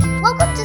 to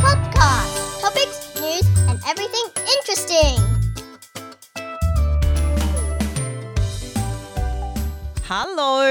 podcast. Topics, news, and everything interesting. Hello，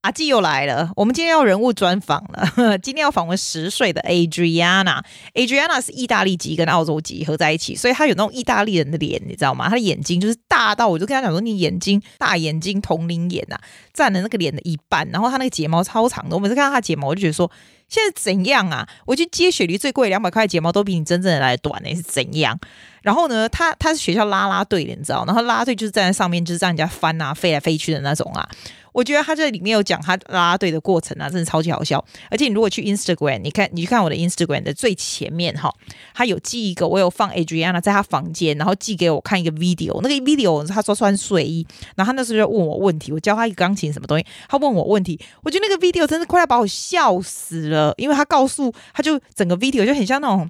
阿纪又来了。我们今天要人物专访了， 今天要访问十岁的 Adriana。Adriana 是意大利籍跟澳洲籍合在一起，所以她有那种意大利人的脸，你知道吗？她的眼睛就是大到，我就跟她讲说，你眼睛大眼睛同龄眼啊，占了那个脸的一半。然后她那个睫毛超长的，我每次看到她睫毛，我就觉得说，现在怎样啊？我去接雪梨最贵两百块的睫毛都比你真正的来的短呢、欸是怎样？然后呢，她她是学校啦啦队的，你知道，然后啦啦队就是站在上面，就是让人家翻啊、飞来飞去的那种啊。我觉得他这里面有讲他啦啦队的过程啊，真的超级好笑。而且你如果去 Instagram，你看你去看我的 Instagram 的最前面哈，他有寄一个，我有放 Adriana 在他房间，然后寄给我看一个 video，那个 video 他说穿睡衣，然后他那时候就问我问题，我教他一个钢琴什么东西，他问我问题，我觉得那个 video 真的快要把我笑死了，因为他告诉他就整个 video 就很像那种。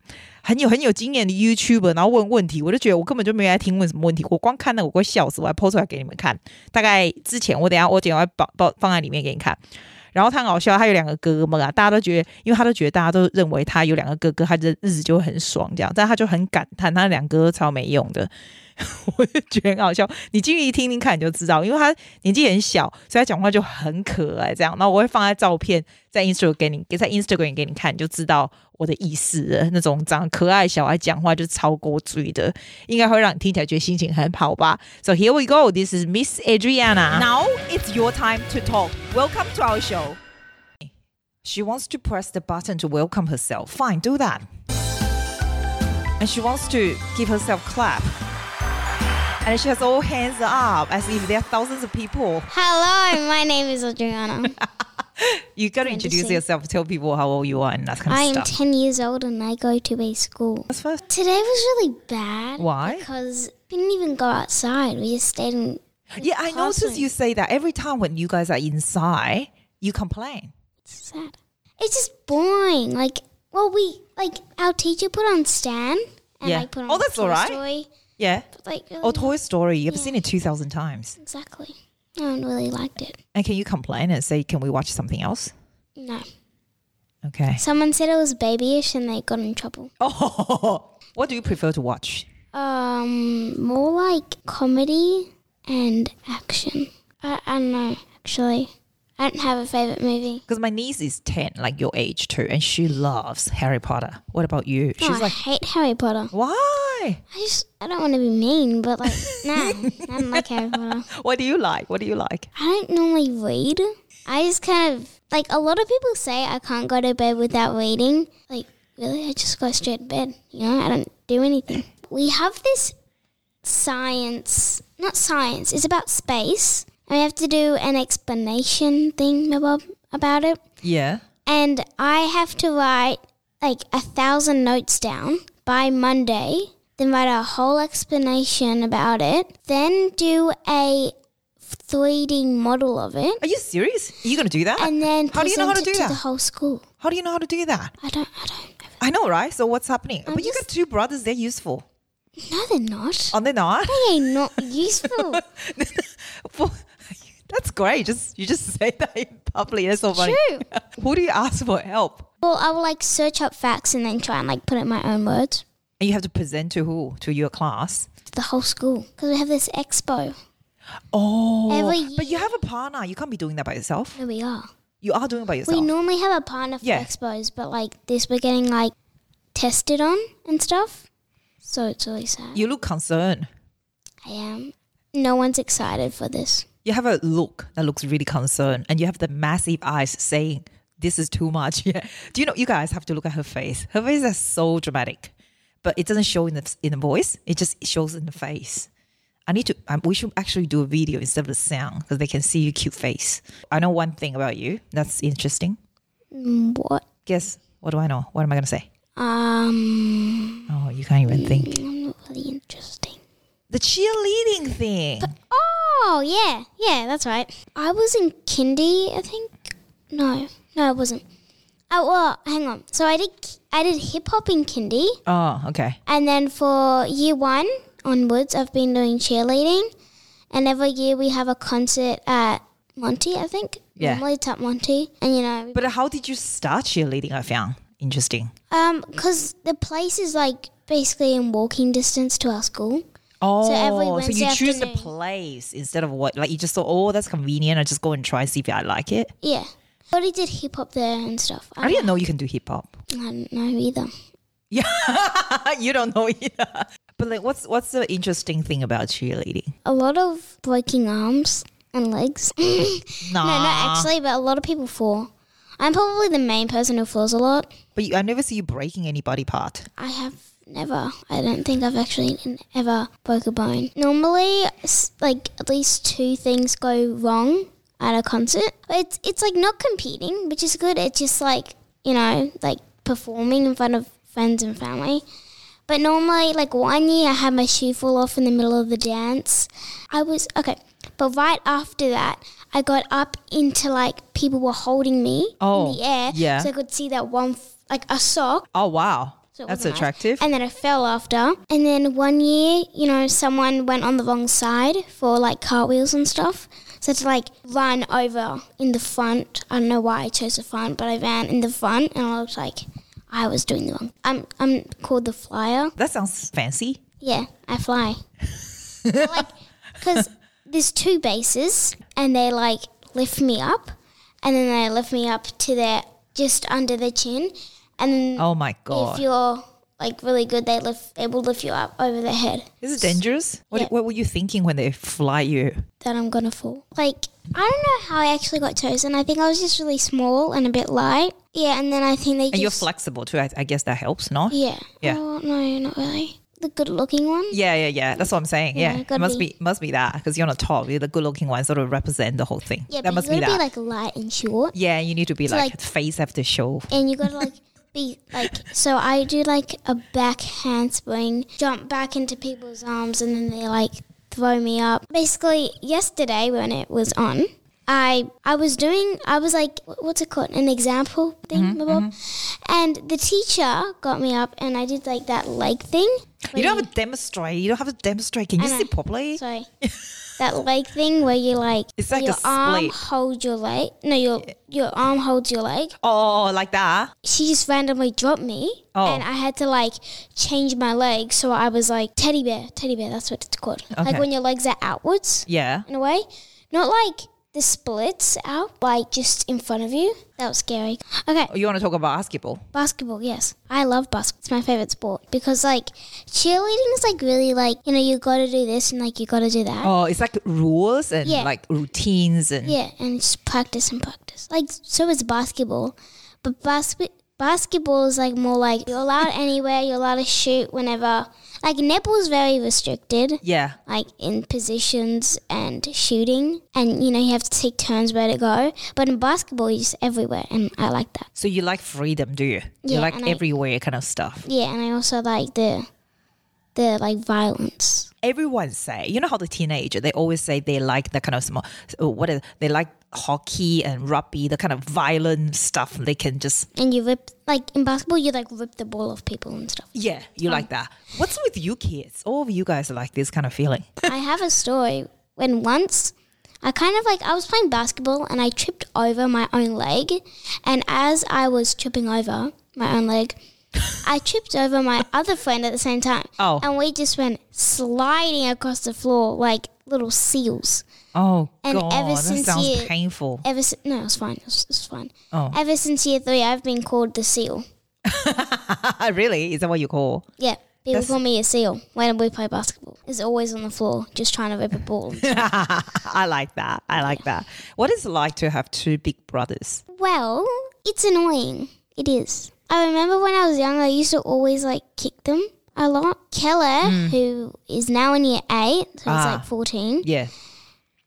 很有很有经验的 YouTuber，然后问问题，我就觉得我根本就没来听问什么问题，我光看那个我会笑死，我还 po 出来给你们看。大概之前我等一下我剪完放放放在里面给你看。然后他很好笑，他有两个哥哥们啊，大家都觉得，因为他都觉得大家都认为他有两个哥哥，他的日子就会很爽这样，但他就很感叹他两个哥哥超没用的， 我就觉得很好笑。你进去一听听看你就知道，因为他年纪很小，所以他讲话就很可爱这样。然后我会放在照片在 Instagram 给你，在 Instagram 给你看，你就知道我的意思了。那种长得可爱小孩讲话就超过嘴的，应该会让你听起来觉得心情很好吧。So here we go. This is Miss Adriana. Now it's your time to talk. Welcome to our show. She wants to press the button to welcome herself. Fine, do that. And she wants to give herself clap. And she has all hands up as if there are thousands of people. Hello, my name is Adriana. You gotta introduce Interesting. yourself, tell people how old you are and that kind of I am stuff. 10 years old and I go to a school. That's first. Today was really bad. Why? Because we didn't even go outside. We just stayed in. Yeah, I noticed Awesome. you say that every time when you guys are inside, you complain. It's sad. It's just boring. Like, well, we like our teacher put on Stan and Yeah. I put on. Oh, that's Oh. Toy all right. Story, Yeah. but, like, really Or Toy Story, you've seen it 2,000 times. Exactly. No one really liked it. And can you complain and say, can we watch something else? No. Okay. Someone said it was babyish and they got in trouble. Oh, what do you prefer to watch? Um, more like comedy and action. I, I don't know, actually. I don't have a favorite movie. Because my niece is 10, like your age too, and she loves Harry Potter. What about you? No, She's Oh, I like, hate Harry Potter. why? I just, I don't want to be mean, but like, nah, I don't like Harry Potter. What do you like? What do you like? I don't normally read. I just kind of, like, a lot of people say I can't go to bed without reading. Like, really? I just go straight to bed. You know, I don't do anything. We have this science, not science, it's about space. And we have to do an explanation thing about, about it. Yeah. And I have to write like a thousand notes down by Monday, then write a whole explanation about it, then do a 3D model of it, Are you serious? Are you going to do that? and then how do you know how present to it do that? to the whole school. How do you know how to do that? I don't, I don't, I know, right? So what's happening? I'm but you got two brothers, they're useful. no, they're not. Aren't they not? They are not useful. Well, That's great. Just You just say that in public. That's so funny. True. Who do you ask for help? Well, I will like search up facts and then try and like put it in my own words And you have to present to who? To your class. to the whole school because we have this expo. Oh. Every But you have a partner. You can't be doing that by yourself. Here we are. You are doing it by yourself. We normally have a partner for Yeah. expos, but like this, we're getting like tested on and stuff. So it's really sad. You look concerned. I am. No one's excited for this. you have a look that looks really concerned and you have the massive eyes saying this is too much yeah do you know you guys have to look at her face her face is so dramatic but it doesn't show in the in the voice it just shows in the face i need to um, we should actually do a video instead of the sound because they can see your cute face i know one thing about you that's interesting Mm, What? guess what do i know what am i going to say Um, oh you can't even think I'm not really interesting. the cheerleading thing Oh yeah, yeah, that's right. I was in kindy, I think. No, no, I wasn't. Oh well, hang on. So I did, I did hip hop in kindy. oh okay And then for year one onwards, I've been doing cheerleading. And every year we have a concert at Monty, I think. Yeah. Normally it's at Monty. And you know, but how did you start cheerleading i found interesting? Um, because the place is like basically in walking distance to our school. Oh, every so you Wednesday choose the afternoon. place instead of what, like you just thought, oh, that's convenient. I just go and try see if I like it. Yeah. I already did hip hop there and stuff. I didn't know you can do hip hop. I don't know either. Yeah, you don't know either. But like, what's what's the interesting thing about cheerleading? A lot of breaking arms and legs. Nah, No, not actually, but a lot of people fall. I'm probably the main person who falls a lot. But you, I never see you breaking any body part. I have never. I don't think I've actually n- ever broke a bone. Normally, s- like at least two things go wrong at a concert. It's it's like not competing, which is good. It's just like you know, like performing in front of friends and family. But normally, like one year, I had my shoe fall off in the middle of the dance. I was okay, but right after that, I got up into like people were holding me Oh, in the air, yeah. so I could see that one f- like a sock Oh wow, so it that's wasn't nice. attractive. And then I fell after. And then one year, you know, someone went on the wrong side for like cartwheels and stuff. So to like run over in the front. I don't know why I chose the front, but I ran in the front and I looked like I was doing the wrong. I'm I'm called the flyer. that sounds fancy. Yeah, I fly. like, because there's two bases, and they like lift me up, and then they lift me up to their just under the chin, and then Oh my if god, you're like really good, they lift they will lift you up over the head. this is dangerous. What, Yeah. what were you thinking when they fly you? Then I'm gonna fall. Like I don't know how I actually got chosen. I think I was just really small and a bit light. Yeah, and then I think they And you're just flexible too. I, I guess that helps, no? yeah Yeah. Oh, no, not really. The good looking one. Yeah, yeah, yeah. That's what I'm saying. Yeah, Yeah, gotta must be. be must be that because you're on the top. You're the good-looking one, sort of represent the whole thing. Yeah, that but must you be gotta that. be like light and short. yeah, you need to be like, like- face have to show. and you gotta like be like so i do like a back handspring jump back into people's arms and then they like throw me up basically yesterday when it was on I, I was doing I was like wh- what's it called an example thing Mm-hmm, Bob? and the teacher got me up and I did like that leg thing You don't have to demonstrate. You don't have to demonstrate. Can you know. sit properly? sorry that leg thing where you like It's like a your arm split. holds your leg no your your arm holds your leg Oh, like that. she just randomly dropped me Oh. and I had to like change my legs so I was like teddy bear, teddy bear, that's what it's called. Okay. Like when your legs are outwards Yeah. in a way. Not like the splits out, like just in front of you. That was scary. Okay, Oh, You want to talk about basketball? basketball, yes. I love basketball. It's my favorite sport because like cheerleading is like really like, you know, you gotta do this and like you gotta do that. Oh, it's like rules and Yeah. like routines and Yeah, and just practice and practice. Like so is basketball, but basket basketball is like more like you're allowed anywhere, you're allowed to shoot whenever. Like netball is very restricted, yeah. like in positions and shooting, and you know you have to take turns where to go. But in basketball, you're just everywhere, and I like that. So you like freedom, do you? you Yeah, like and I- everywhere kind of stuff. Yeah, and I also like the the like violence. Everyone say, you know how the teenager they always say they like that kind of small. uh, What is they like hockey and rugby, the kind of violent stuff. They can just And you rip like in basketball, you like rip the ball off people and stuff. yeah, you Um, like that. What's with you kids? All of you guys are like this kind of feeling. I have a story when once I kind of like I was playing basketball and I tripped over my own leg, and as I was tripping over my own leg, I tripped over my other friend at the same time. Oh. and we just went sliding across the floor like little seals. Oh And god, ever that since sounds you- painful. Ever since no, it's fine, it's, it's fine. Oh. Ever since year three, I've been called the seal. Ah, really? Is that what you call? Yeah. People That's- call me a seal when we play basketball. Is always on the floor, just trying to rip a ball. I like that. I like that. What is it like to have two big brothers? Well, it's annoying. It is. I remember when I was young, I used to always like kick them a lot. Keller, who is now in year eight, so he's Hmm. Ah. like 14, Yeah.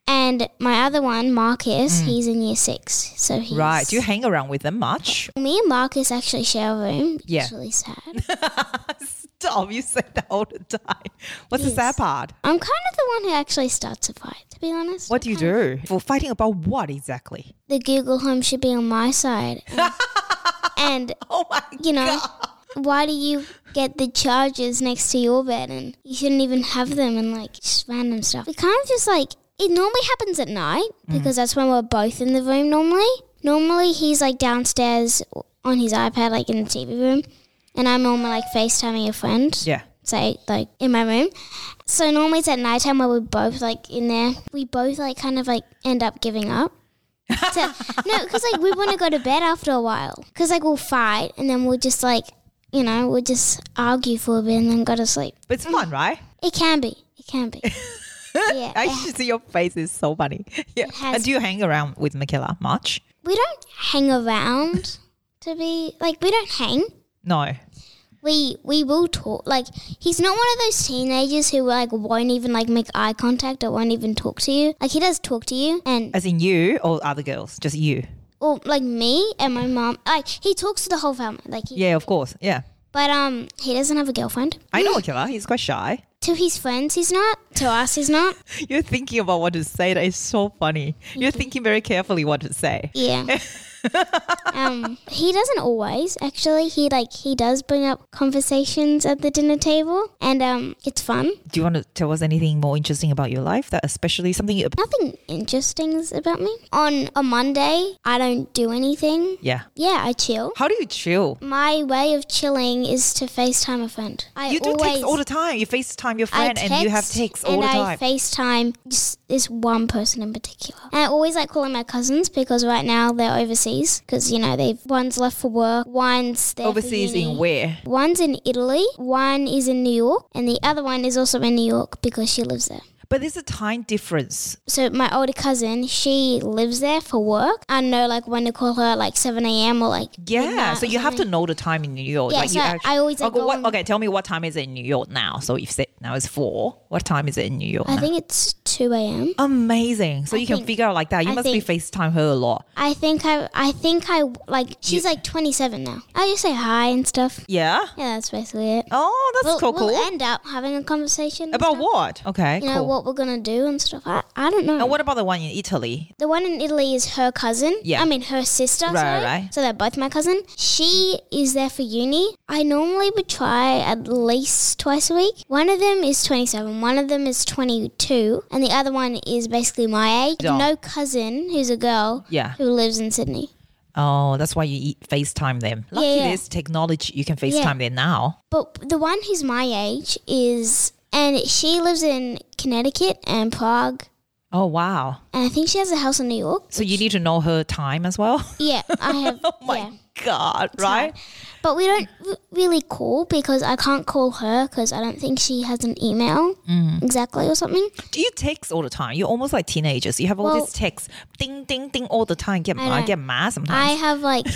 and my other one, Marcus, he's in year six. So he's. Hmm. Right. Do you hang around with them much? Me and Marcus actually share a room. Yeah. It's really sad. Stop. You say that all the time. What's the sad Yes. part? I'm kind of the one who actually starts a fight, to be honest. What do you do? For fighting about what exactly? The Google Home should be on my side. And, and Oh my you know, why do you get the chargers next to your bed and you shouldn't even have them and like just random stuff? We kind of just like it normally happens at night because that's when we're both in the room normally. Normally he's like downstairs on his iPad, like in the TV room, and I'm on my like FaceTiming a friend, Yeah. say like in my room. So normally it's at nighttime where we're both like in there. We both like kind of like end up giving up. So, no, because like we want to go to bed after a while. Because like we'll fight and then we'll just like you know we'll just argue for a bit and then go to sleep. But it's fun, right? It can be. It can be. Mm. yeah. I should see your face. It's so funny. Yeah. has- And do you hang around with Michaela much? we don't hang around to be like we don't hang. No. We we will talk. Like he's not one of those teenagers who like won't even like make eye contact or won't even talk to you. Like he does talk to you and As in you or other girls? Just you. or like me and my mom. Like he talks to the whole family. Like he, Yeah, of course. Yeah. but um he doesn't have a girlfriend. I know Michaela. He's quite shy. To his friends he's not. To us he's not. You're thinking about what to say. That is so funny. You're Mm-hmm. thinking very carefully what to say. Yeah. um he doesn't always actually. He like he does bring up conversations at the dinner table and um it's fun. Do you want to tell us anything more interesting about your life? That especially something you. Nothing interesting is about me. On a Monday, I don't do anything. Yeah. Yeah, I chill. How do you chill? My way of chilling is to FaceTime a friend. I You do always, texts all the time. You FaceTime your I friend and you have text texts all and the I time. FaceTime just this one person in particular. And I always like calling my cousins because right now they're overseas because, you know, they've one's left for work, one's there for Overseas uni. in where? One's in Italy, one is in New York, and the other one is also in New York because she lives there. But there's a time difference. so my older cousin, she lives there for work. I know like when to call her like seven a.m. or like Yeah, midnight so or you have to something. know the time in New York. Yeah, like you so I- actually, I always, like, okay, go what, on- okay, tell me what time is it in New York now? So you've said now it's four. What time is it in New York? I now? think it's two a.m. Amazing. So you can think- figure out like that. You I must think- be FaceTime her a lot. I think I, I think I like she's like twenty-seven now. I just say hi and stuff. Yeah. Yeah, that's basically it. Oh, that's cool. We'll, we'll cool. end up having a conversation and About stuff. what? Okay. You know cool. what we're gonna do and stuff. I, I don't know. and what about the one in Italy? the one in Italy is her cousin. Yeah. I mean her sister. Right, sorry. right. So they're both my cousin. She is there for uni. I normally would try at least twice a week. One of them is 27. One of them is 22, and the other one is basically my age. Yeah. No cousin who's a girl Yeah. who lives in Sydney. Oh, that's why you eat FaceTime them. Lucky yeah. there's technology. You can FaceTime them now. But the one who's my age is, and she lives in Connecticut and Prague. Oh, wow. And I think she has a house in New York. So you need to know her time as well. Yeah, I have. oh, my yeah. God. Right? But we don't r- really call because I can't call her because I don't think she has an email Mm. exactly or something. Do you text all the time? You're almost like teenagers. You have all Well- these texts, ding, ding, ding, all the time. Get I, know. get mad I sometimes. have like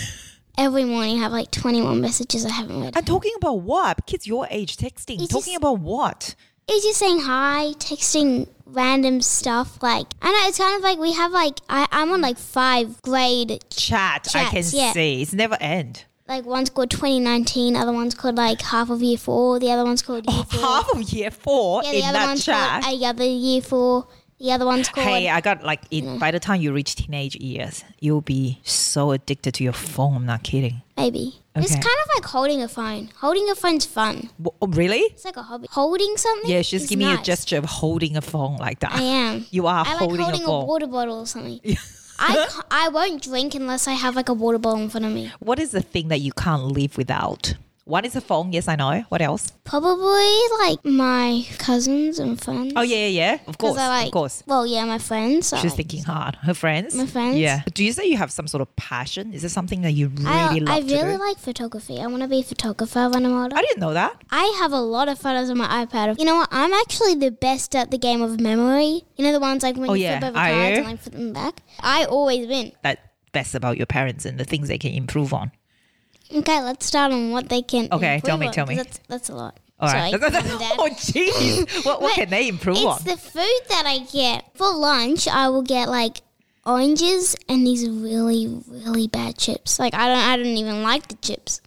every morning I have like 21 messages I haven't read. and talking about what? Kids your age texting. It's talking just- about what? It's just saying hi, texting random stuff. Like I know it's kind of like we have like I, I'm on like five grade Chat. I can Chats, yeah. see it's never end. like one's called 2019, other one's called like half of year four, the other one's called year four. Half of year four yeah, Oh, in the other that one's chat. called a other year four. The other one's called Hey, uh, I got like it, Mm. by the time you reach teenage years, you'll be so addicted to your phone. I'm not kidding. maybe. It's Okay. kind of like holding a phone. Holding a phone's fun. Wha- oh, really? It's like a hobby. Holding something. Yeah, she's is giving you a nice. gesture of holding a phone like that. I am. You are I like holding, holding, a a, phone. water bottle or something. I ca- I won't drink unless I have like a water bottle in front of me. what is the thing that you can't live without? One is a phone. Yes, I know. What else? Probably like my cousins and friends. Oh yeah, yeah, yeah. Of course, I like, of course. Well, yeah, my friends. so, She's like, thinking hard. Her friends. My friends? Yeah. Do you say you have some sort of passion? Is it something that you really I, love I to really do? like photography. I want to be a photographer when I'm older. I didn't know that. I have a lot of photos on my iPad. You know what? I'm actually the best at the game of memory. You know the ones like when Oh, you yeah. flip over Are cards you? and like flip them back. I always win. That best about your parents and the things they can improve on. Okay, let's start on what they can. Okay, tell improve me, on, tell 'cause me. That's, that's a lot. All right. Sorry, Mum and Dad. oh jeez. what what Wait, can they improve on? It's the food that I get for lunch. I will get like oranges and these really really bad chips. Like I don't I don't even like the chips.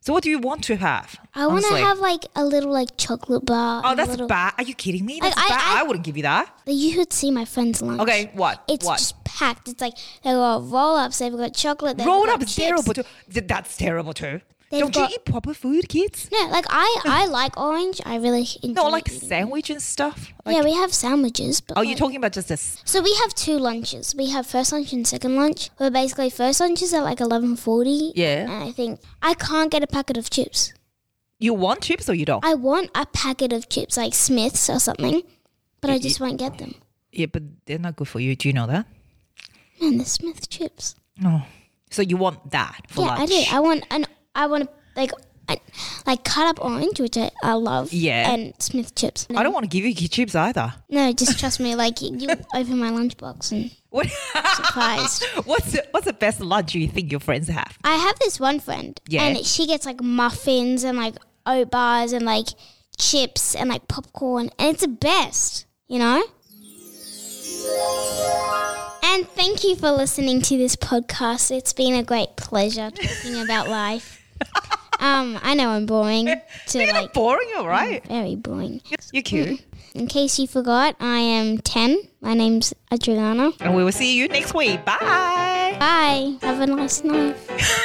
so what do you want to have? I want to honestly? have like a little like chocolate bar. Oh, a that's little, bad. Are you kidding me? That's I- bad. I, I- wouldn't give you that. Like, You should see my friend's lunch. Okay, what? It's what? just packed. It's like they've got roll ups. They've got chocolate. They've rolled got up is chips. terrible too. Th- That's terrible too. They've Don't you got- eat proper food, kids? No, like I, I like orange. I really enjoy No, like eating. sandwich and stuff. Like, yeah, we have sandwiches. But oh, you're like- talking about just this. So we have two lunches. We have first lunch and second lunch. Where basically first lunch is at like eleven forty. Yeah. And I think I can't get a packet of chips. You want chips or you don't? I want a packet of chips, like Smiths or something, but I just won't get them. yeah, but they're not good for you. Do you know that? Man, the Smith chips. No. So you want that for yeah, lunch? I do. I want an. I want a, like a, like cut up orange, which I, I love. Yeah. And Smith chips. I don't want to give you chips either. No, just trust me. Like you open my lunchbox and What? surprised. what's the, what's the best lunch you think your friends have? I have this one friend, Yeah. and she gets like muffins and like oat bars and like chips and like popcorn, and it's the best, you know. And thank you for listening to this podcast. It's been a great pleasure talking about life. Um, I know I'm boring to You're like Mm. not boring, all right? very boring. You're cute. In case you forgot, I am ten. My name's Adriana. And we will see you next week. Bye. Bye. Have a nice night.